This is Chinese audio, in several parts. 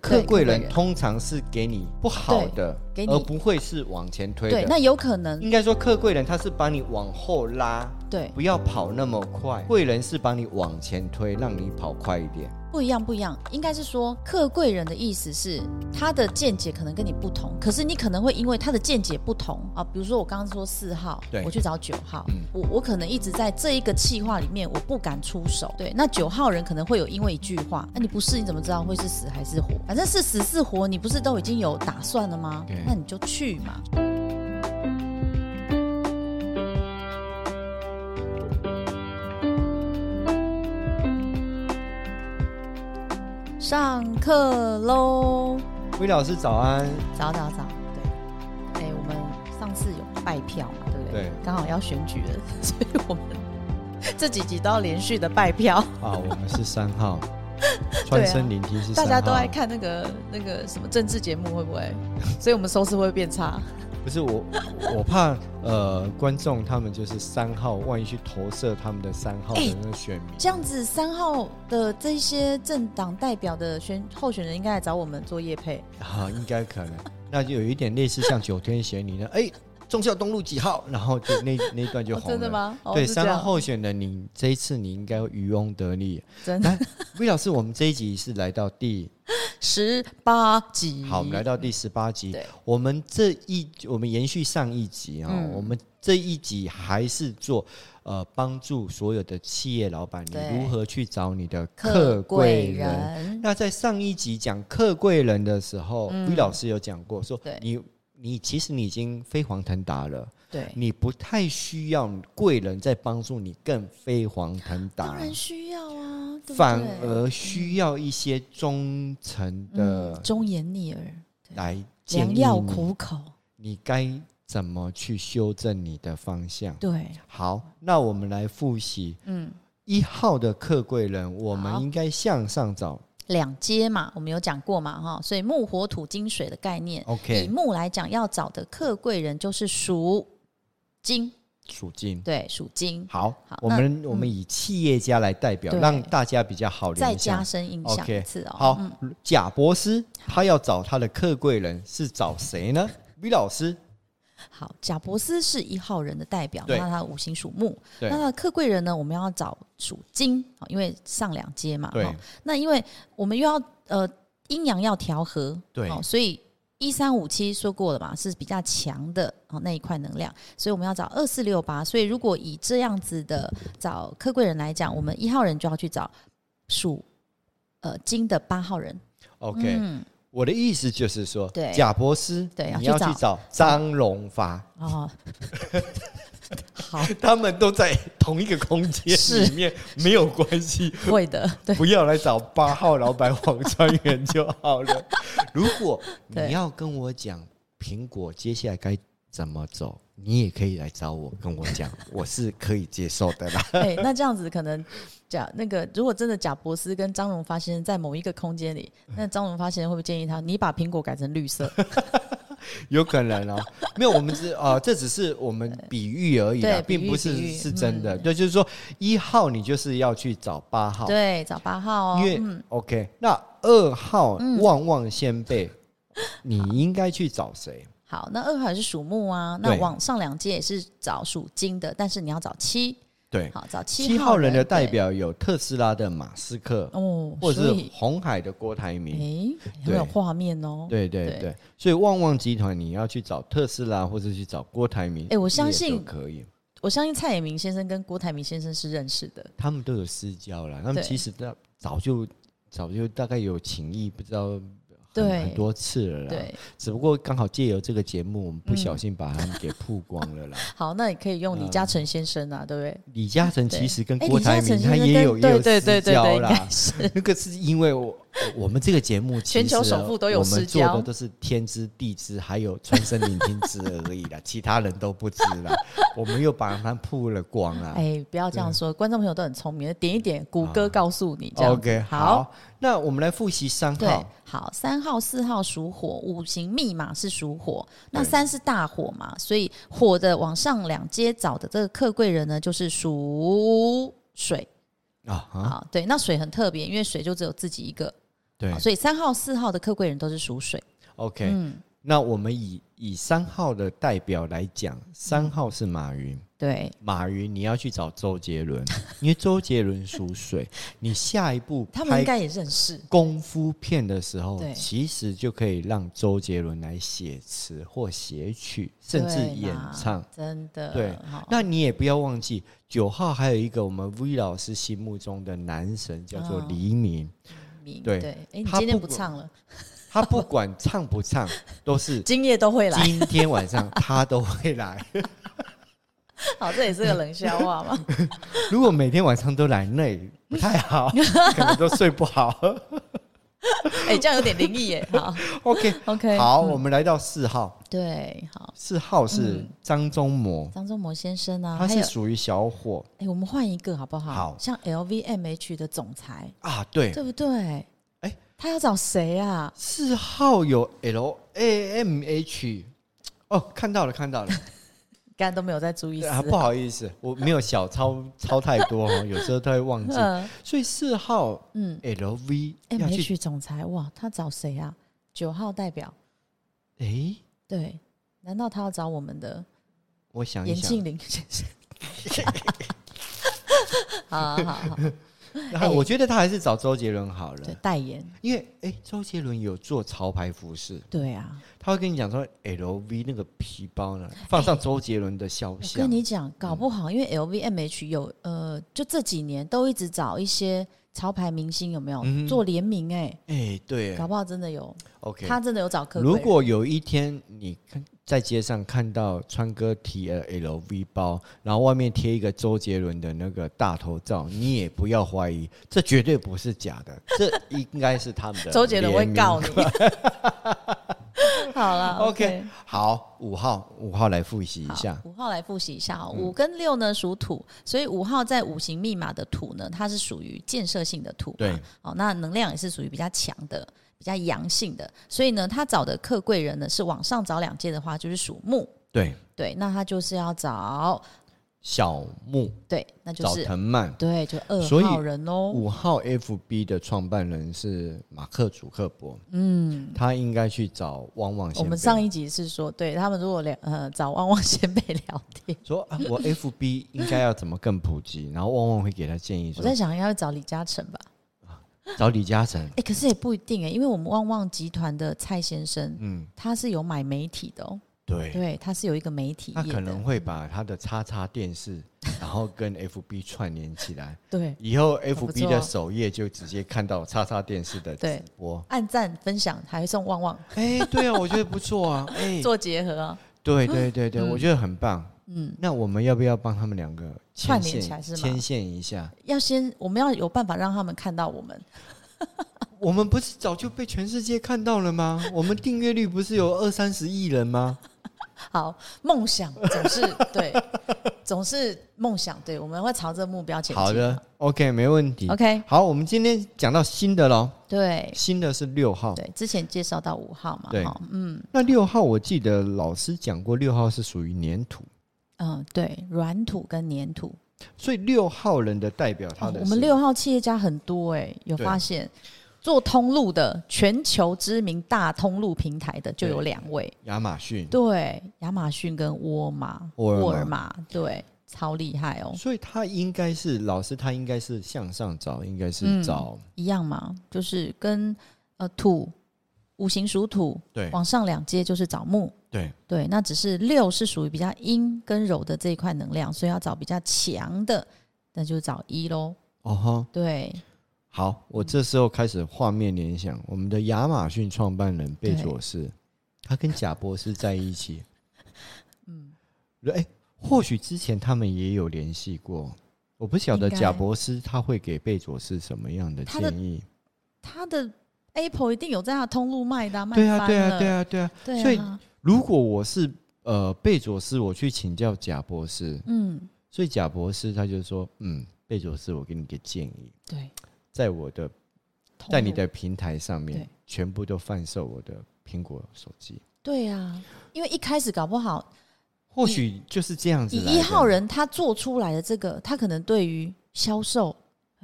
克贵人人通常是给你不好的对给，你而不会是往前推对，的。那有可能应该说克贵人他是把你往后拉，对不要跑那么快。贵人是把你往前推，让你跑快一点。不一样，不一样，应该是说客贵人的意思是他的见解可能跟你不同，可是你可能会因为他的见解不同啊，比如说我刚刚说四号对，我去找九号，嗯我我可能一直在这一个气划里面，我不敢出手，对，那九号人可能会有因为一句话，那、你不试你怎么知道会是死还是活？反正是死是活，你不是都已经有打算了吗对？那你就去嘛。上课喽！魏老师早安，早早早，对，哎、我们上次有拜票嘛，对不对？对刚好要选举了， 所以我们这几集都要连续的拜票，啊，我们是三号， 对啊穿身聆听是三啊大号。家都爱看那个那个什么政治节目，会不会？所以我们收视会变差。不是我，我怕呃观众他们就是三号，万一去投射他们的三号的哎那个选民，这样子，三号的这些政党代表的选候选人应该来找我们做业配，啊，应该可能，那就有一点类似像九天玄女呢，哎、忠孝东路几号，然后就那那一段就哦红了。真的吗？哦对，是这三样号候选人，你这一次你应该会渔翁得利。真的来，魏老师，我们这一集是来到第十八集。好，我们来到第十八集嗯对。我们这一我们延续上一集啊、嗯我们这一集还是做呃帮助所有的企业老板，你对如何去找你的客客贵贵人。人，那在上一集讲客贵人的时候、嗯 v 老师有讲过，说对你你其实你已经飞黄腾达了，对，你不太需要贵人在帮助你更飞黄腾当达，然需要啊，对不对反而需要一些忠诚的嗯忠言逆耳，来建良议药你苦口。你该怎么去修正你的方向。对，好，那我们来复习嗯，一号的客贵人，我好们应该向上找。两阶嘛，我们有讲过嘛，哈，所以木火土金水的概念以 OK，木来讲，要找的客贵人就是属金，属金。对，属金，好好，嗯我们我们以企业家来代表，对让大家比较好再联加想。深印象 OK，一次哦。好嗯，贾博士他要找他的客贵人是找谁呢？V 老师，好，贾伯斯是一号人的代表，那对他的五行属木，对那他的客贵人呢，我们要找属金，好因为上两阶嘛，对哈那因为我们又要呃阴阳要调和，对哦，所以一三五七说过了嘛，是比较强的哦那一块能量，所以我们要找二四六八。所以如果以这样子的找客贵人来讲，我们一号人就要去找属呃金的八号人。 ，OK，嗯，我的意思就是说对，贾博士，对你要要去去找张荣发，哦，好，他们都在同一个空间是里面，没有关系，会的， 对不要来找八号老板黄川源就好 了。如果对你要跟我讲苹果接下来该怎么走，你也可以来找我跟我讲，我是可以接受的 啦。哎、那这样子可能贾那个，如果真的贾伯斯跟张荣发先生在某一个空间里，那张荣发先生会不会建议他，你把苹果改成绿色？有可能哦，没有，我们只啊、这只是我们比喻而已啦对，比喻并不比是喻嗯是真的。对，就是说一号你就是要去找八号，对，找八号哦嗯因。为、OK，那二号旺旺先辈，你应该去找谁？好，那二号也是属木啊，那对往上两届也是找属金的，但是你要找七，对，好找七七号人的对代表有特斯拉的马斯克，哦，或者所是以红海的郭台铭。哎，很对有画面哦。对对对对，所以旺旺集团你要去找特斯拉，或者去找郭台铭。哎我相信也都可以，我相信蔡衍明先生跟郭台铭先生是认识的，他们都有私交啦，他对们其实大早就早就大概有情谊，不知道很。对很多啊次了啦，对。嗯只不过刚好借由这个节目，我们不小心把他们给曝光了啦。好，那也可以用李嗯嘉诚先生啊，对不对？李嘉诚其实跟哎，郭李嘉台诚铭先他生也跟有也对有对对私对交对，应啦该，是 那个是因为我我们这个节目其实啊全球首富都有我们私做交的都是天知地知，还有传声聆听知而已啦， 其他人都不知 啦。我们又把它曝了光啦。哎，不要这样说，观众朋友都很聪明，点一点，谷歌告诉你这样子。 OK，好，好，那我们来复习三对号，，好，三号、四号属火，五行密码是属火，那对三是大火嘛，所以火的往上两阶找的这个客贵人呢，就是属水啊，啊啊啊。对，那水很特别，因为水就只有自己一个，对好所以三号、四号的客贵人都是属水。 ，OK，、嗯，那我们以以三号的代表来讲，嗯三号是马云，对，马云你要去找周杰伦，因为周杰伦属水，你下一步 他们拍应该也认识。功夫片的时候对，其实就可以让周杰伦来写词或写曲，甚至对演啦哦唱。真的对好那你也不要忘记，九号还有一个我们 V 老师心目中的男神叫做哦黎明，明对对，哎，你他今天不不唱了，他不管唱不 唱，都是今夜都会来。今天晚上他都会 来。好，这也是个冷笑话嘛。如果每天晚上都来，那也不太 好，可能都睡不好。哎，这样有点灵 异耶。好 OK， ，OK，好，我们来到四号，对，好，四号是嗯张忠谋，张忠谋先生啊，他还是有属于小伙哎，我们换一个好不好？好像 LVMH 的总裁，啊，对，对不对？哎，他要找谁啊？四号有 L A M H，哦，看到了，看 到了。刚才都没有在注意思啊，不好意思，我没有小抄抄太多 哦，有时候都会忘记。嗯所以四号嗯 LV 要去， ，MH 总裁哇，他找谁啊？九号代表哎、对，难道他要找我们的我想一严想庆，林先生？ 好好好，然啊后我觉得他还是找周杰伦好了，哎对代言，因为哎、周杰伦有做潮牌服饰，对啊，他会跟你讲说 LV 那个皮包呢，放上周杰伦的肖哎我像。嗯跟你讲，搞不好因为 LVMH 有呃，就这几年都一直找一些潮牌明星，有没有、嗯做联名、哎、对哎，搞不好真的有， ，OK。他真的有找客如贵人。果有一天你看在街上看到川哥提了 LV 包，然后外面贴一个周杰伦的那个大头照，你也不要怀疑，这绝对不是假的，这应该是他们的。 周杰伦会告。你。 好了 OK，好，五号，五号来复习一下。嗯五号来复习一下哦，五跟六呢属土，所以五号在五行密码的土呢，它是属于建设性的土嘛，对，哦，那能量也是属于比较强的。比较阳性的，所以呢，他找的客贵人呢是往上找两届的话，就是属木。对，对，那他就是要找小木对，那就找是藤蔓。对，就所二以号人哦。五号 FB 的创办人是马克·祖克伯，嗯，他应该去找汪汪先我辈。们上一集是说，对他们如果聊呃找旺 旺先辈聊天，说啊， 我 FB 应该要怎么更普及？然后旺旺会给他建议说我在，想要找李嘉诚吧。找李嘉诚哎、。可是也不一定哎、因为我们旺旺集团的蔡先生，嗯，他是有买媒体的哦、对，对，他是有一个媒体他业可的能，会把他的叉叉电 视，然后跟 FB 串联起来，对，以后不 FB 错啊的首页就直接看到叉叉电视的直对播。按赞分享还会送旺旺哎，对啊，我觉得不错 啊。哎，做结合啊，对对对对，我觉得很棒。嗯，那我们要不要帮他们两个牵串联线起来是吗牵线一下？要先我们要有办法让他们看到我们，我们不是早就被全世界看到了吗？我们订阅率不是有二三十亿人 吗？好，梦想总是 对，总是梦想，对，我们会朝着目标前进。好的，OK，没问题。 ，OK，好，我们今天讲到新的喽，对新的是六号。对，之前介绍到五号嘛，哦对哈嗯那六号我记得老师讲过，六号是属于粘土，嗯，对，软土跟粘土，所以六号人的代表他哦的、我们六号企业家很多哎、有对发现做通路的全球知名大通路平台的就有两位，亚马逊，对，亚马逊跟沃尔玛，沃尔玛玛，对，超厉害哦，所以他应该是老师，他应该是向上找，应该是嗯找、一样嘛，就是跟呃土五行属土，对往上两阶就是找木。对对，那只是六是属于比较阴跟柔的这一块能量，所以要找比较强的，那就找一喽。哦哈。对，好，我这时候开始画面联想，我们的亚马逊创办人贝佐斯，他跟贾博士在一起， 嗯，哎、或许之前他们也有联系过。我不晓得应该贾博士他会给贝佐斯什么样的他的建议？他的 Apple 一定有在他的通路卖的、啊，卖对翻啊，了，对啊，对啊，对啊。对啊所以如果我是呃贝佐斯，我去请教贾博士，嗯，所以贾博士他就说，嗯，贝佐斯，我给你个建议，对，在我的通在你路的平台上面对，全部都贩售我的苹果手机，对啊，因为一开始搞不好或许就是这样子以来的。一号人他做出来的这个，他可能对于销售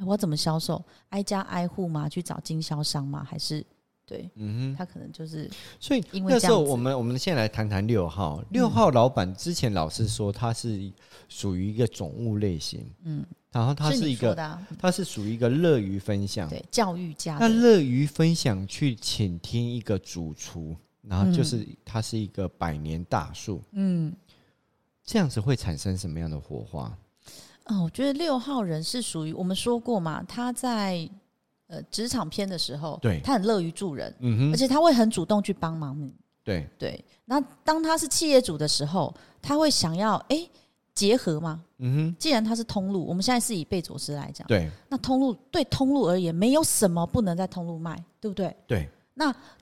我怎么销售？挨家挨户吗？去找经销商吗？还是对嗯哼，他可能就是所以因为那时这样候子嗯我们我们先来谈谈六号，六号老板之前老师说他是属于一个总务类型，嗯，然后他是是你一说个的、啊，他是属于一个乐于分享，对教育家那的乐于分享去倾听一个主厨，然后就是、它是一个百年大树，嗯。这样子会产生什么样的火花？嗯，我觉得六号人是属于我们说过嘛，他在呃职场篇的时候，对他很乐于助人，嗯而哼，且他会很主动去帮忙你。对，对，那当他是企业主的时候，他会想要哎、诶结合嘛。嗯既然他是通路，我们现在是以贝佐斯来讲哼，，对那通路对通路而言，没有什么不能在通路卖，对不对？对，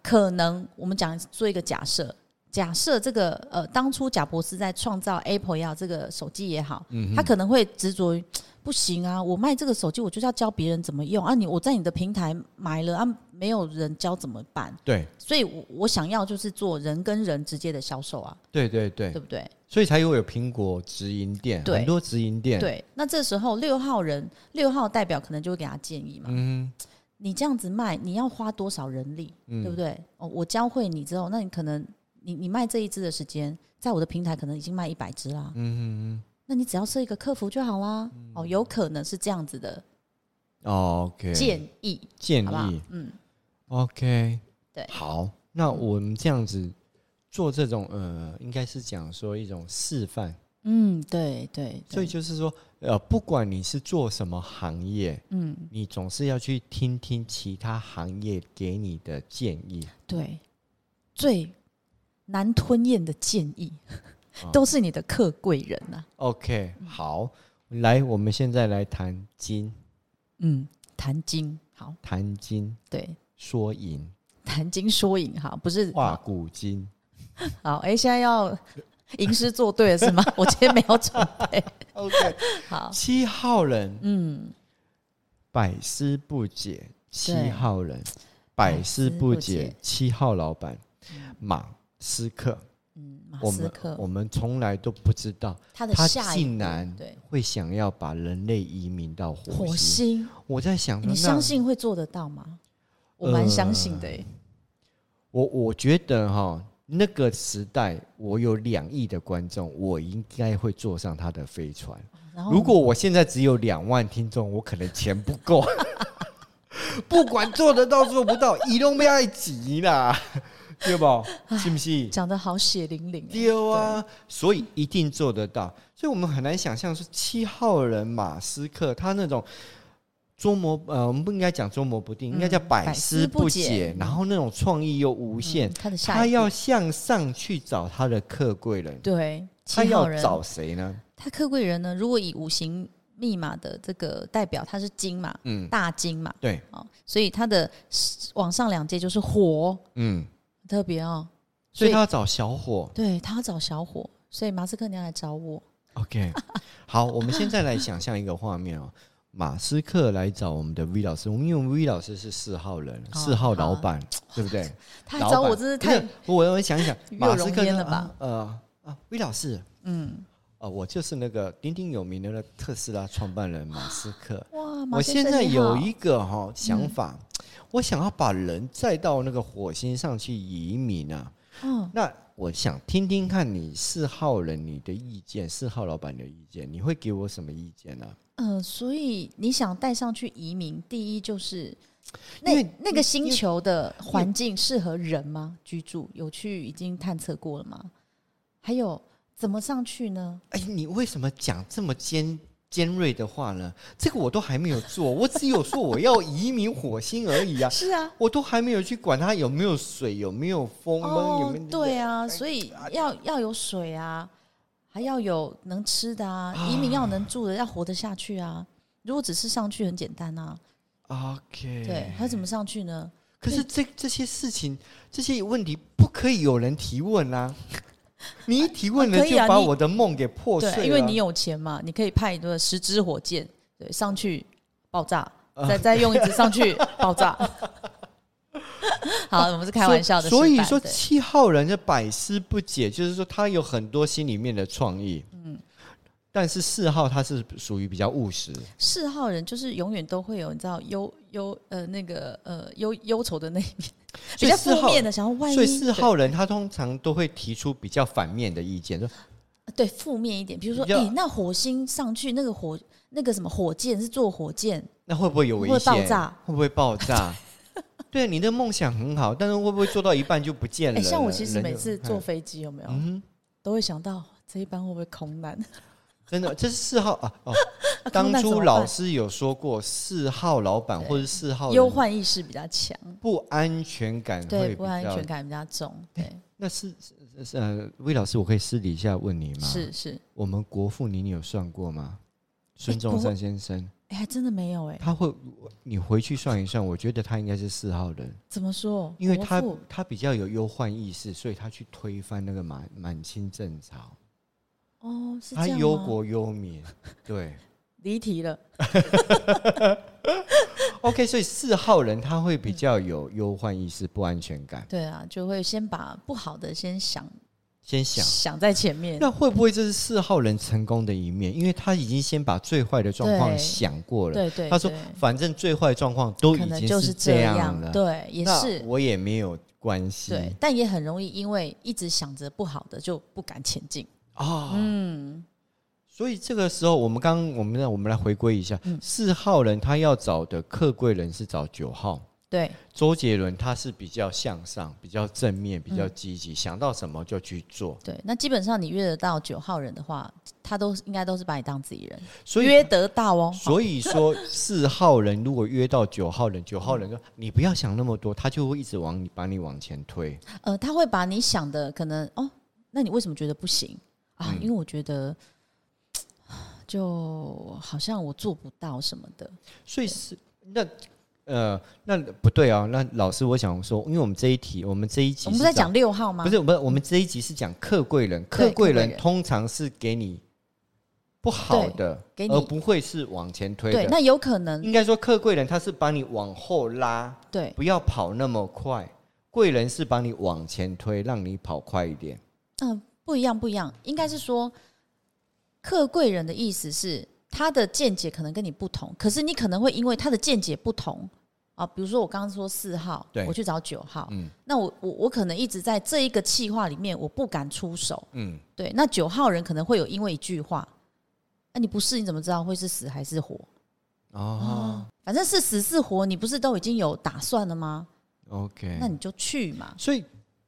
可能我们讲做一个假设，假设这个呃，当初贾博士在创造 Apple 也好，这个手机也好，嗯他可能会执着于不行啊，我卖这个手机，我就是要教别人怎么用啊你，我在你的平台买了啊，没有人教怎么办？对所以我，我想要就是做人跟人直接的销售啊，对对对对，不对？所以才会有苹果直营店，对很多直营店，，对，那这时候六号人，六号代表可能就会给他建议嘛，嗯你这样子卖，你要花多少人力，对不对？哦，我教会你之后，那你可能你你卖这一支的时间，在我的平台可能已经卖一百支啦。哼嗯那你只要设一个客服就好啦。哦，有可能是这样子的哼，OK，哦建议，建好不好议？嗯， ，OK，对好，那我们这样子做这种呃，应该是讲说一种示范，嗯，对对，所以对就是说，呃，不管你是做什么行业，嗯你总是要去听听其他行业给你的建议。对，最难吞咽的建议啊， 都是你的客贵人啊呐、 OK，好，来，我们现在来谈金，嗯，谈经好，谈金对，说赢，谈经说赢哈，不是化古今。好，哎、现在要吟诗作对了是 吗？我今天没有准备。 OK，好，七号人嗯，百思不解，七对号人百百思思不不解解，七号老板马斯克，嗯，马我斯们克我们从来都不知道他的他下一竟步然对会想要把人类移民到火火星。星，我在想说，那你相信会做得到吗？我蛮相信的、欸，我我觉得哈，那个时代我有两亿的观众，我应该会坐上他的飞船。然后呃如果我现在只有两万听众，我可能钱不 够。不管做得到做不到，移动不要急啦，对不？是不是？讲的好血淋淋、欸，丢啊！所以一定做得到。所以我们很难想象说七号人马斯克他那种捉摸呃，我们不应该讲捉摸不定，应该叫百思不嗯百思不解解，然后那种创意又无限嗯。他的下他一步要向上去找他的客贵人，对他七号要人，找谁呢？他客贵人呢？如果以五行密码的这个代表，他是金嘛，嗯，大金嘛，对，哦，所以他的往上两阶就是火，嗯，很特别哦。所以他要找小伙。对他要找小火，所以马斯克你要来找我， OK，好， 我们现在来想象一个画面哦，马斯克来找我们的 V 老师，因为我们 V 老师是四号人，哦四号老好板，对不对？他老来找我板 真是不太，我我想一想 月马容斯克焉呢了吧？啊呃啊，魏老师，嗯啊，我就是那个鼎鼎有名的那个特斯拉创办人马斯克。哇，马我先现生在你有好嗯一个哈、想法，我想要把人载到那个火星上去移民啊。嗯那我想听听看你四号人你的意见，四号老板的意见，你会给我什么意见啊呢、呃，所以你想带上去移民，第一就是因那为那个星球的环境适合人吗？居住有去已经探测过了吗？还有怎么上去呢？哎，你为什么讲这么尖尖锐的话呢？这个我都还没有做，我只有说我要移民火星而已啊。是啊，我都还没有去管它有没有水，有没有风，有哦没有，对哎啊，所以要要有水啊，还要有能吃的啊，移民要能住的，要活得下去啊。如果只是上去很简单啊， OK，对，他怎么上去呢？可是这这些事情，这些问题不可以有人提问 啊！你一提问啊了，可以就啊把你我的梦给破碎了。对，因为你有钱嘛，你可以派一个十支火箭，对，上去爆炸，啊再再用一支 上去爆炸。好，我们是开玩笑的示范，所以说对七号人的百思不解，就是说他有很多心里面的创意。嗯，但是四号它是属于比较务实，四号人就是永远都会有你知道忧忧呃那个呃忧忧愁的那一面，比所以较四负号面的，想要万一所以四号人他通常都会提出比较反面的意见，说对对负面一点，比如说比较诶，那火星上去那个火那个什么火箭是做火箭，那会不会有危会险？爆炸？会不会爆 炸？对，你的梦想很好，但是会不会做到一半就不见哎、了？像我其实人就每次坐，飞机有没有、嗯都会想到这一班会不会空难？哼，真的，这是四号啊哦。啊空当难怎初么老办师有说过，四号老板对或者四号人忧患意识比较强，不安全感会对比不安较哎全。感比较重，对，那是是是呃，魏老师，我可以私底下问你吗？是是，我们国父您有算过吗？孙中山先生，哎、还真的没有哎、他会，你回去算一算，我觉得他应该是四号人，怎么说？因为国他父他比较有忧患意识，所以他去推翻那个满满清政朝，哦是他这样忧吗国忧民。对离题了， ，OK，所以四号人他会比较有忧患意识、不安全感，对啊，就会先把不好的先想先想。在前面，那会不会这是四号人成功的一面？因为他已经先把最坏的状况对想过了，对对，他说对反正最坏状况都可已能经就是这样了，对，也那是我也没有关系。对，但也很容易因为一直想着不好的就不敢前进，啊、嗯，所以这个时候我们刚我们来我们来回归一下，嗯四、号人他要找的客贵人是找九号，对，周杰伦他是比较向上、比较正面、比较积极，想到什么就去做，对，那基本上你约得到九号人的话，他都应该都是把你当自己人，所以。约得到哦。所以说，四号人如果约到九号人， 九号人说你不要想那么多，他就会一直往你把你往前 推。呃，他会把你想的可能哦，那你为什么觉得不行啊？嗯因为我觉得就好像我做不到什么的，所以是那呃那不对啊，那老师我想说，因为我们这一题，我们这一集我们不是是在讲六号吗？不是，不是，我们这一集是讲客贵人，对客贵客贵人人通常是给你不好的，给你而呃不会是往前推对，的。嗯那有可能应该说，客贵人他是把你往后拉，对。不要跑那么快；贵人是把你往前推，让你跑快一点。嗯，不一样，不一样，应该是说，客贵人的意思是他的见解可能跟你不同，可是你可能会因为他的见解不同啊，比如说我刚刚说四号对，我去找九号，嗯那我我我可能一直在这一个气话里面，我不敢出手，嗯，对，那九号人可能会有因为一句话，那、你不试你怎么知道会是死还是活？哦反正是死是活，你不是都已经有打算了吗？ o k 那你就去嘛，所以，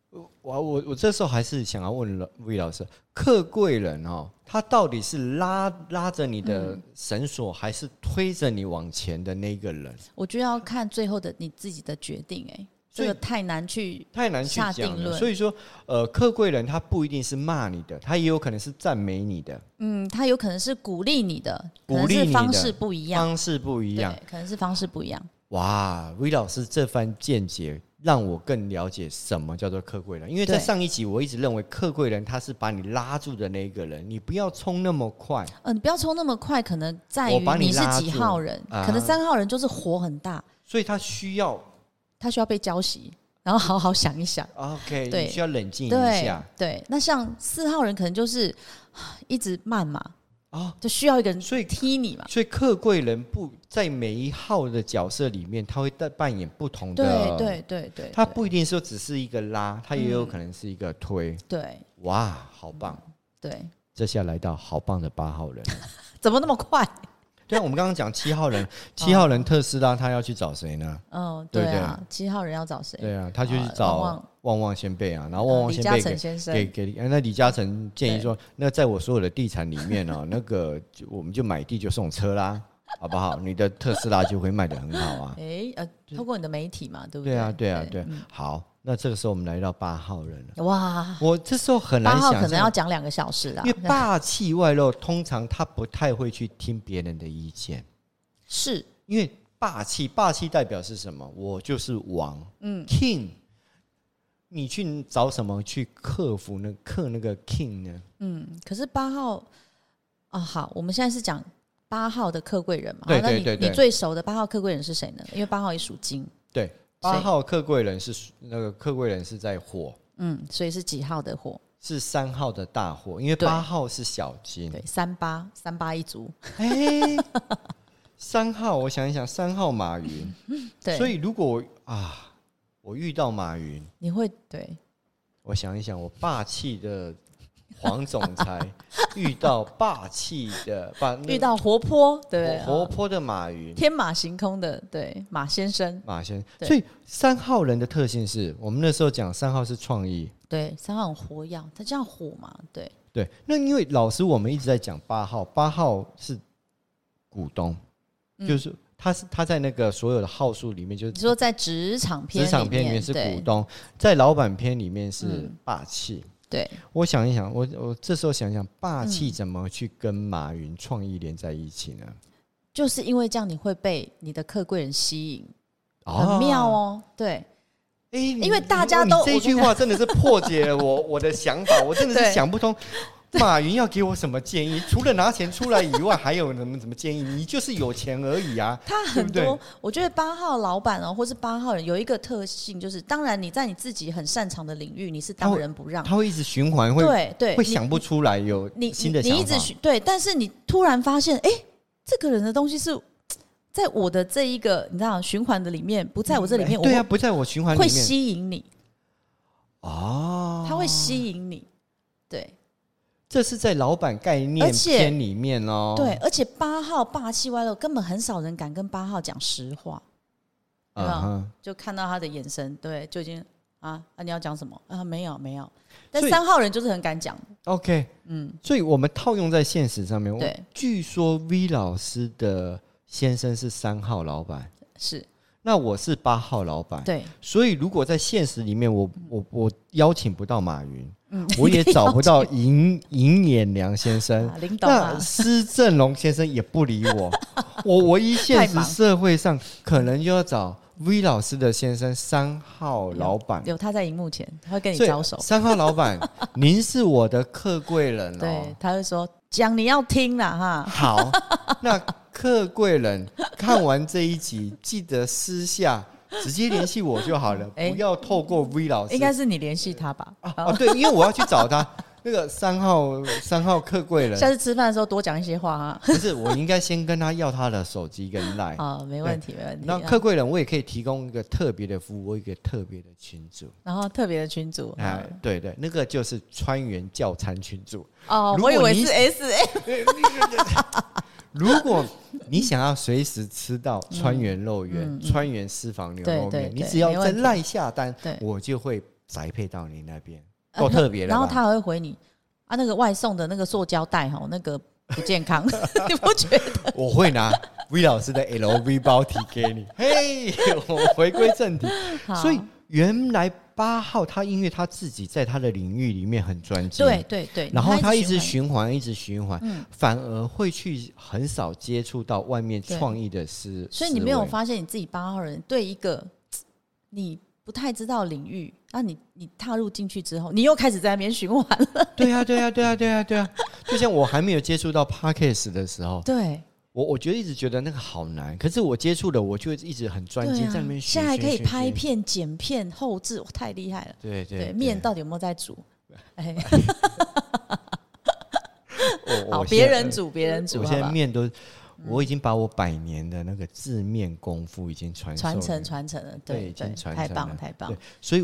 我我我这时候还是想要问了魏老师，客贵人哦，他到底是拉拉着你嗯的绳索，还是推着你往前的那个人？我就要看最后的你自己的决定、欸，哎，所这以个太难去太难去下定讲了。论所以说，呃，客贵人他不一定是骂你的，他也有可能是赞美你的，嗯，他有可能是鼓励你的，鼓励你的可能是方式不一样，方式不一样。对，可能是方式不一样，哇，魏老师这番见解让我更了解什么叫做客贵人，因为在对上一集我一直认为客贵人他是把你拉住的那一个人，你不要冲那么 快。呃，你不要冲那么快，可能在我于把你是拉几住号人，啊可能三号人就是火很大，所以他需要他需要被浇熄，然后好好想一想。 OK，对你需要冷静一对下。对，那像四号人可能就是啊一直慢嘛，哦就需要一个人所以踢你嘛。所以客贵人不在每一号的角色里面，他会扮扮演不同的。对，对对对，他对不一定说只是一个拉，他也有可能是一个推。对哇，好棒！嗯对，这下来到好棒的八号 人。怎么那么快？对啊，我们刚刚讲七号人，七号人特斯拉他要去找谁呢？嗯，对对对啊，七号人要找谁？对啊，他就去啊旺找旺呃旺旺先辈啊，然后旺旺李先嘉辈诚给先生，给给哎那李嘉诚建议说，那在我所有的地产里面哦， 那个就我们就买地就送车啦，好不好？你的特斯拉就会卖得很好啊。哎呃，透过你的媒体嘛，对不对啊，对对嗯啊，对啊。好，那这个时候我们来到八号人了，哇，我这时候很难八号想可能要象。讲两个小时啦因为。霸气外露，通常他不太会去听别人的意见。 是因为霸气，霸气代表是什么？我就是王，嗯，king。你去找什么去克服那克那个 king 呢？嗯，可是八号啊，好，我们现在是讲八号的客贵人嘛。对好那对你对对你最熟的八号客贵人是谁呢？因为八号也属金，对，所以八号克贵人是那个克贵人是在火，嗯，所以是几号的火？是三号的大祸，因为对八号是小金。对，三八三八一族，哎，三号，我想一想，三号马云，对，所以如果我啊，我遇到马云，你会对我想一想，我霸气的黄总 裁遇到霸气的霸，那遇到活泼，对不对活活啊泼的马云，天马行空的，对马先生，马先生。对所以三号人的特性是我们那时候讲三号是创意，对三号很活跃，他这样火嘛，对对。那因为老师我们一直在讲八号，八号是股东，嗯就是他是他在那个所有的号数里面，就是你说在职场篇职场篇里面是股对东，在老板篇里面是嗯霸气。对我想一想，我我这时候想一想，霸嗯气怎么去跟马云创意连在一起呢？就是因为这样你会被你的客贵人吸引，啊很妙，哦。对，哎、因为大家都你这句话真的是破解了我我的想法，我真的是对想不通。马云要给我什么建议？除了拿钱出来以外，还有什么什么建议？你就是有钱而已啊！他对很不多，对我觉得八号老板哦，或是八号人有一个特性，就是当然你在你自己很擅长的领域，你是他当会仁不让。他会一直循环，会啊对对，会你想不出来有你新你的想法。你一直寻对，但是你突然发现，哎、这个人的东西是在我的这一个你知道循环的里面，不在我这里面，对啊，我不在我循环会里会面吸引你，哦，他会吸引你，对这是在老板概念而且篇里面哦。对，，而且八号霸气外露，根本很少人敢跟八号讲实话，嗯哼，就看到他的眼神，对，就已经啊啊你要讲什么啊？没有没有，但所以三号人就是很敢讲， OK，嗯，所以我们套用在现实上面。我对，据说 V 老师的先生是三号老板，是那我是八号老板。对，所以如果在现实里面，我我我邀请不到马云，嗯，我也找不到银银眼良先生。啊领导呃那啊，施正荣先生也不理我，我唯一现太实忙社会上可能就要找 V 老师的先生三号老板，有他在荧幕前，他会跟你所以招手。三号老板，您是我的客贵人哦。对，他会说讲你要听啦哈，好，那客贵人看完这一集，记得私下直接联系我就好了，哎不要透过 V 老师。应该是你联系他吧？啊啊，对，因为我要去找他。 那个三号三号客贵下人，次吃饭的时候多讲一些话啊。不是我应该先跟他要他的手机跟 line。啊，没问题，没问题。哎啊那客贵人，我也可以提供一个特别的服务，我有一个特别的群组。然后特别的群主哎，对对，那个就是川原教餐群组。哦如，果我以为你是 S A，如果你想要随时吃到川原肉圆、嗯嗯川原私房牛肉对面对，你对只要没在问题赖下单对，我就会宅配到你那边，呃够特别了吧。然后他还会回你啊，那个外送的那个塑胶袋哈，那个不健康， 你不觉得？我会 拿 V 老师的 LV 包提给你。嘿，我们回归正题，好所以原来八号他因为他自己在他的领域里面很专精，对。对对，然后他一直循循环环，一直循环，嗯反而会去很少接触到外面对创意的思。所以你思没有维发现你自己八号人对一个嘖你不太知道的领域，那、你你踏入进去之后，你又开始在那边循 环了。对呀、对呀、对呀、对呀、对呀、啊就像我还没有接触到 podcast 的时候，对，我我觉得一直觉得那个好难。可是我接触了，我就一直很专对精啊在那边，学现在还可以学学拍。学片、剪片、后置，哇太厉害了。对对对，面到底有没有在 煮？哎，我好，我别现在人煮，别人煮，我好现不在好？面都，嗯我已经把我百年的那个字面功夫已经传授传给承，传承了，对对已经传承太了棒，太棒对，，所以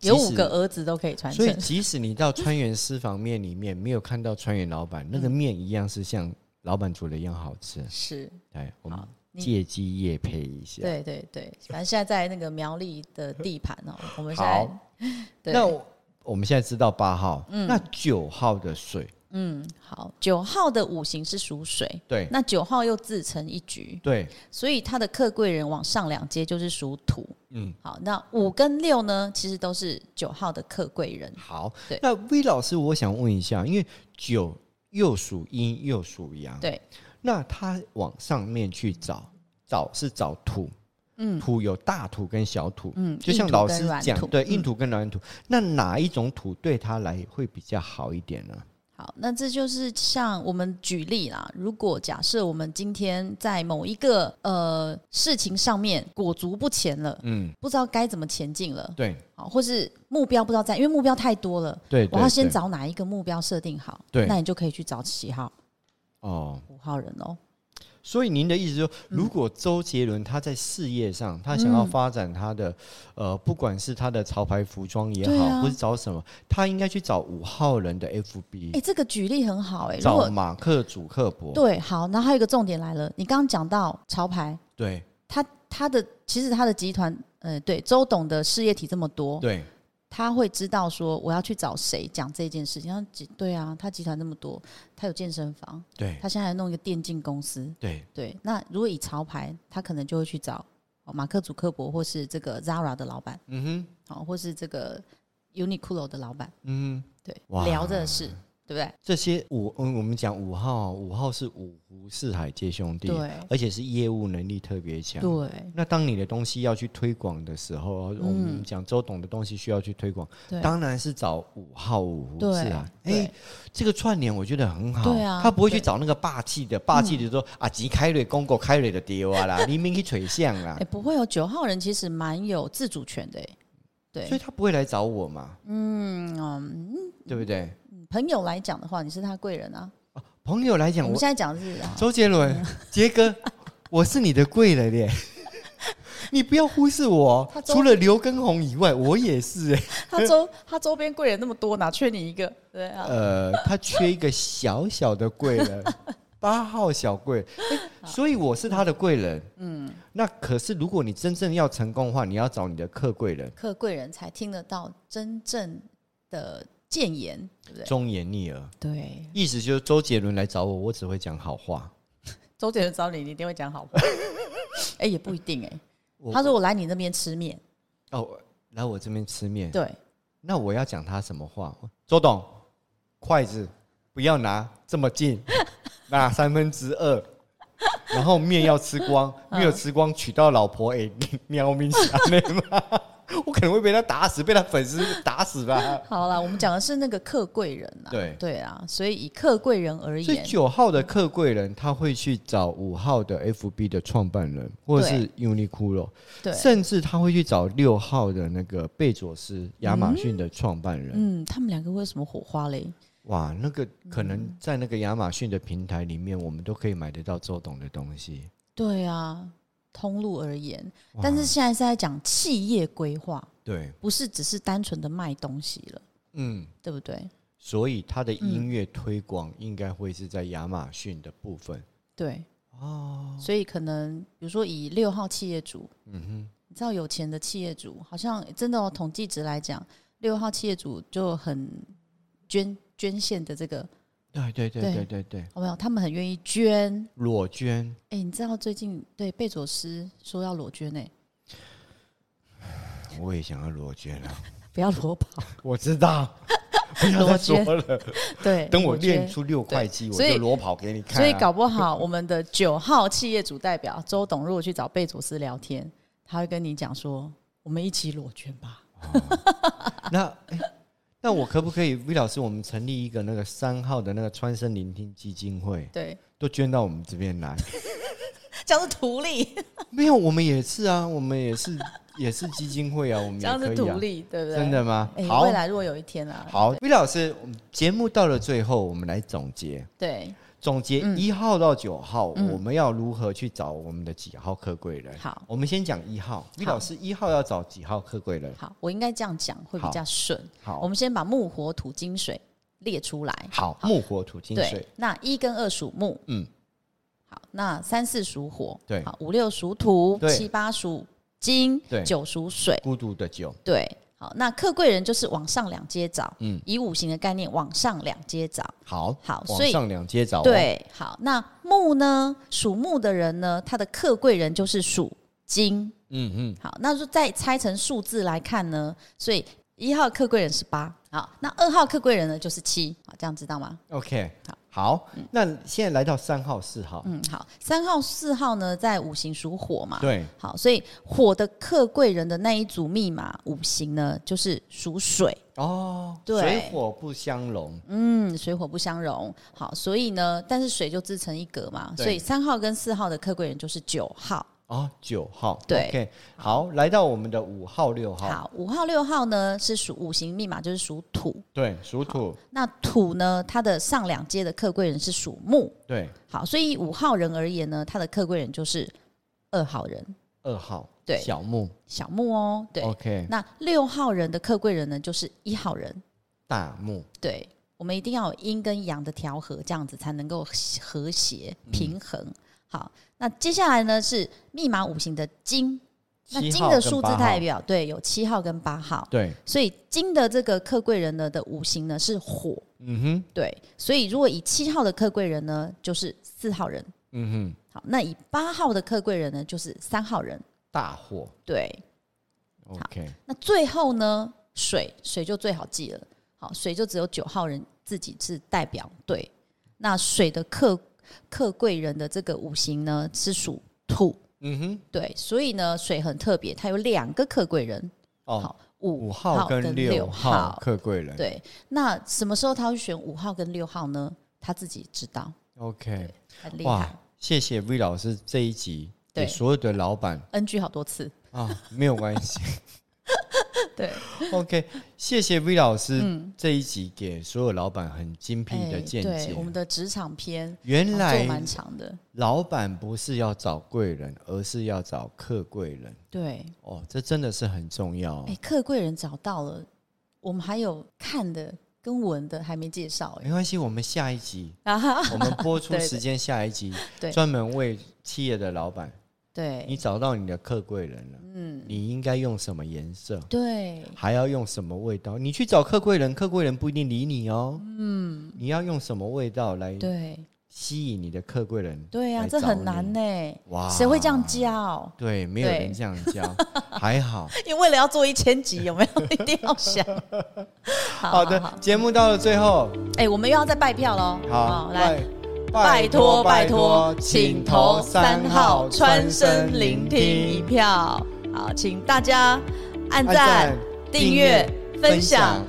即有五使个儿子都可以传所以 承，即使你到川原私房面里面没有看到川原老板，那嗯个面一样是像老板煮的一样好吃。是，哎，我们好你借机夜配一下。对对对，反正现在在那个苗栗的地盘哦，我们现好在， 对那我我们现在知道八号，那九号的水，嗯，好，九号的五行是属水，对那九号又自成一局，对，所以他的客贵人往上两阶就是属土。嗯，好，那五跟六呢，其实都是九号的客贵人。好对。那 V 老师，我想问一下，因为九又属阴又属阳，对，那他往上面去找，找是找土，嗯，土有大土跟小土，嗯就像硬土老跟师软讲土，对，嗯硬土跟软土，那哪一种土对他来会比较好一点呢？好，那这就是像我们举例啦。如果假设我们今天在某一个呃事情上面裹足不前了，嗯，不知道该怎么前进了，对好，或是目标不知道在，因为目标太多了，对，我对要先对找哪一个目标设定好，对那你就可以去找七号、哦。五号人哦。所以您的意思说，嗯如果周杰伦他在事业上，他想要发展他的，呃，不管是他的潮牌服装也嗯对好，啊或是找什么，他应该去找五号人的 FB，、哎、这个举例很好哎、如找果马克祖克伯，对好，然后还有一个重点来了，你刚刚讲到潮牌，对他他的其实他的集团，呃，对周董的事业体这么多，对他会知道说我要去找谁讲这件事情。他集对啊，他集团那么多，他有健身房，对他现在还弄一个电竞公司。对对，那如果以潮牌，他可能就会去找哦马克·祖克伯，或是这个 Zara 的老板，嗯哼，哦，或是这个 Uniqlo 的老板，嗯哼，对，哇聊这个事，对不对？这些五，嗯，我们讲五号，五号是五湖四海皆兄弟，对而且是业务能力特别强，对嗯那当你的东西要去推广的时候，我们讲周董的东西需要去推广，对当然是找五号五湖对是啊。哎、对这个串联我觉得很好，对啊他不会去对找那个霸气的，霸气的说、啊，吉开瑞公狗开瑞的爹啊啦，你明去垂象啦哎、，不会哦，九号人其实蛮有自主权的，哎所以 对，他不会来找我嘛，嗯嗯，对不对？朋友来讲的话，你是他贵人啊。朋友来我讲，们我现在讲的是 啊周杰伦、杰 哥，我是你的贵人耶。 你不要忽视我哦他，周除了刘畊宏以外，我也是哎。他周他周边贵人那么多，哪缺你一个？对啊，呃，他缺一个小小的贵 人，八号小贵人、诶所以我是他的贵人。嗯，那可是如果你真正要成功的话，你要找你的客贵人，客贵人才听得到真正的谏言，对不对？忠言逆耳。对，意思就是周杰伦来找我，我只会讲好话。周杰伦找你，你一定会 讲好话。哎、也不一定哎、我他说我来你那边吃面，哦，来我这边吃面，对，那我要讲他什么话？周董，筷子不要拿这么近， 拿三分之二。然后面要吃光，没有吃光娶到老婆，哎、 你喵咪侠那吗？ 我可能会被他打死，被他粉丝打死吧。好啦，我们讲的是那个客贵人啊，对对啊，所以以客贵人而所以言，九号的客贵人，他会去找五号的 FB 的创办人，或者是 Uniqlo，对，甚至他会去找六号的那个贝佐斯，亚马逊的创办人。嗯，他们两个会有什么火花嘞？哇，那个可能在那个亚马逊的平台里面，我们都可以买得到周董的东西。对啊，通路而言，但是现在是在讲企业规划，对，不是只是单纯的卖东西了，嗯，对不对？所以他的音乐推广应该会是在亚马逊的部分。对，哦，所以可能比如说以六号企业主，嗯哼，你知道有钱的企业主，好像真的、哦、统计值来讲，六号企业主就很捐捐献的这个，对对对对对对对，有没有？他们很愿意捐。裸捐哎、你知道最近对贝佐斯说要裸捐呢、我也想要裸捐啊！不要裸跑， 我知 道，不要再说了。对，等我裸捐练。出六块肌，我所以就裸跑给你看、啊。所以搞不好我们的九号企业主代表周董，如果去找贝佐斯聊天，他会跟你讲说：“我们一起裸捐吧。那、哎那我可不可以，魏老师，我们成立一个那个三号的那个川生聆听基金会”，对，都捐到我们这边来？这样是图利。没有，我们也是啊，我们也是 也是基金会啊，我们这也样可是以独啊，立，对不对？真的吗？哎、好未来如果有一天啊，好，魏老师，我们节目到了最后，我们来总结，对，总结嗯一号到九号，我们要如何去找我们的几号客贵人？好我们先讲一号，魏老师，一号要找几号客贵人？好，我应该这样讲会比较顺。我好，们先把木、火、土、金、水列出来。好，木火土金对水，，那一跟二属木，嗯，好，那三四属火，对好，五六属土，对七八属金，对九属水，孤独的九，对。好，那客贵人就是往上两阶找，嗯嗯，以五行的概念往上两阶找，好，好所往以上两阶找，，哦对，好，那木呢，属木的人呢，他的客贵人就是属金，嗯嗯，好，那就再拆成数字来看呢，所以一号客贵人是八，好，那二号客贵人呢就是七，好，这样知道吗？ OK，好，那现在来到三号、四号，嗯，好，三号、四号呢在五行属火嘛，对，好，所以火的客贵人的那一组密码五行呢就是属水，哦，对水火不相容，嗯，水火不相容，好，所以呢，但是水就自成一格嘛，对所以三号跟四号的客贵人就是九号。哦，九号，对，OK，好，来到我们的五号、六号，好，五号、六号呢是属五行密码，就是属土。对，属土，那土呢，它的上两阶的客贵人是属木。对，好，所以以五号人而言呢，他的客贵人就是二号人二号，对小木小木哦。对， ，OK，那六号人的客贵人呢，就是一号人。大木，对，我们一定要有阴跟阳的调和，这样子才能够和谐嗯平衡。好，那接下来呢是密码五行的金，那七金号的跟数字八号代，表对有七号跟八号，对，所以金的这个客贵人呢的五行呢是火，嗯哼，对，所以如果以七号的客贵人呢就是四号人，嗯哼，好，那以八号的客贵人呢就是三号人，大火对， ，OK，那最后呢，水水就最好记了，好，水就只有九号人自己是代表对。那水的克克贵人的这个五行呢是属土，嗯哼，对，所以呢水很特别，它有两个克贵人，哦，好五五号跟六六号客贵人，对。那什么时候他会选五号跟六号呢？他自己知道， ，OK，很厉哎哇害。，谢谢 V 老师这一集给对所有的老板 NG 好多次， 啊，没有关系。 对， OK，谢谢 V 老师、这一集给所有老板很精辟的嗯哎见解。对我们的职场篇原啊做来蛮长的，老板不是要找贵人，而是要找客贵人对。哦，这真的是很重要哦、哎、客贵人找到了，我们还有看的跟闻的还没介绍哎、没关系，我们下一 集啊哈， 我们播出对对时间，下一集对专门为企业的老板，你对，找到你的客贵人了，嗯，你应该用什么颜色？对，还要用什么味道？你去找客贵人，客贵人不一定理你哦。嗯，你要用什么味道来对，吸引你的客贵人？对呀、来这找很难你呢、哇谁会这样教？对，没有对人这样教，还好。因为为了要做一千集，有没有 一定要 想？ 好好好的，节目到了最后，哎、我们又要再拜票喽。好，来，拜拜托拜托，请请投投三三号号川川声声聆聆听一听，票。好，请大家按按赞赞、、订阅、分分享享、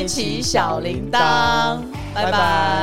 开启启小小铃铃铛铛，拜拜拜拜。